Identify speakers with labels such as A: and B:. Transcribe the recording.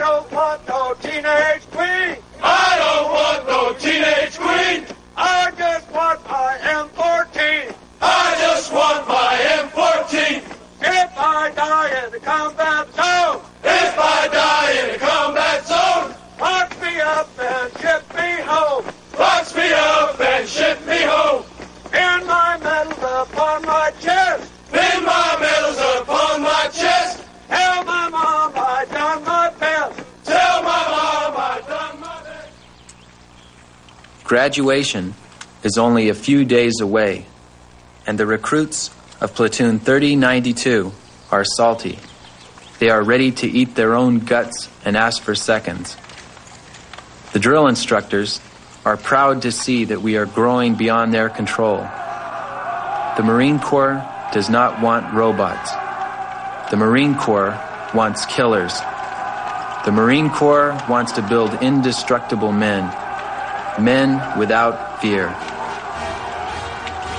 A: don't want no teenage queen.
B: I don't want no teenage queen.
A: I just want my M14.
B: I just want my M14.
A: If I die in the combat zone,
B: If I die in a combat zone,
A: lock me up and ship me home.
B: box me up and ship me home.
A: Pin my medals upon my chest.
B: Pin my medals upon my chest.
A: Tell my mom I done my best.
B: Tell my mom I done my best.
C: Graduation is only a few days away, and the recruits of Platoon 3092 are salty. They are ready to eat their own guts and ask for seconds. The drill instructors are proud to see that we are growing beyond their control. The Marine Corps does not want robots. The Marine Corps wants killers. The Marine Corps wants to build indestructible men men without fear.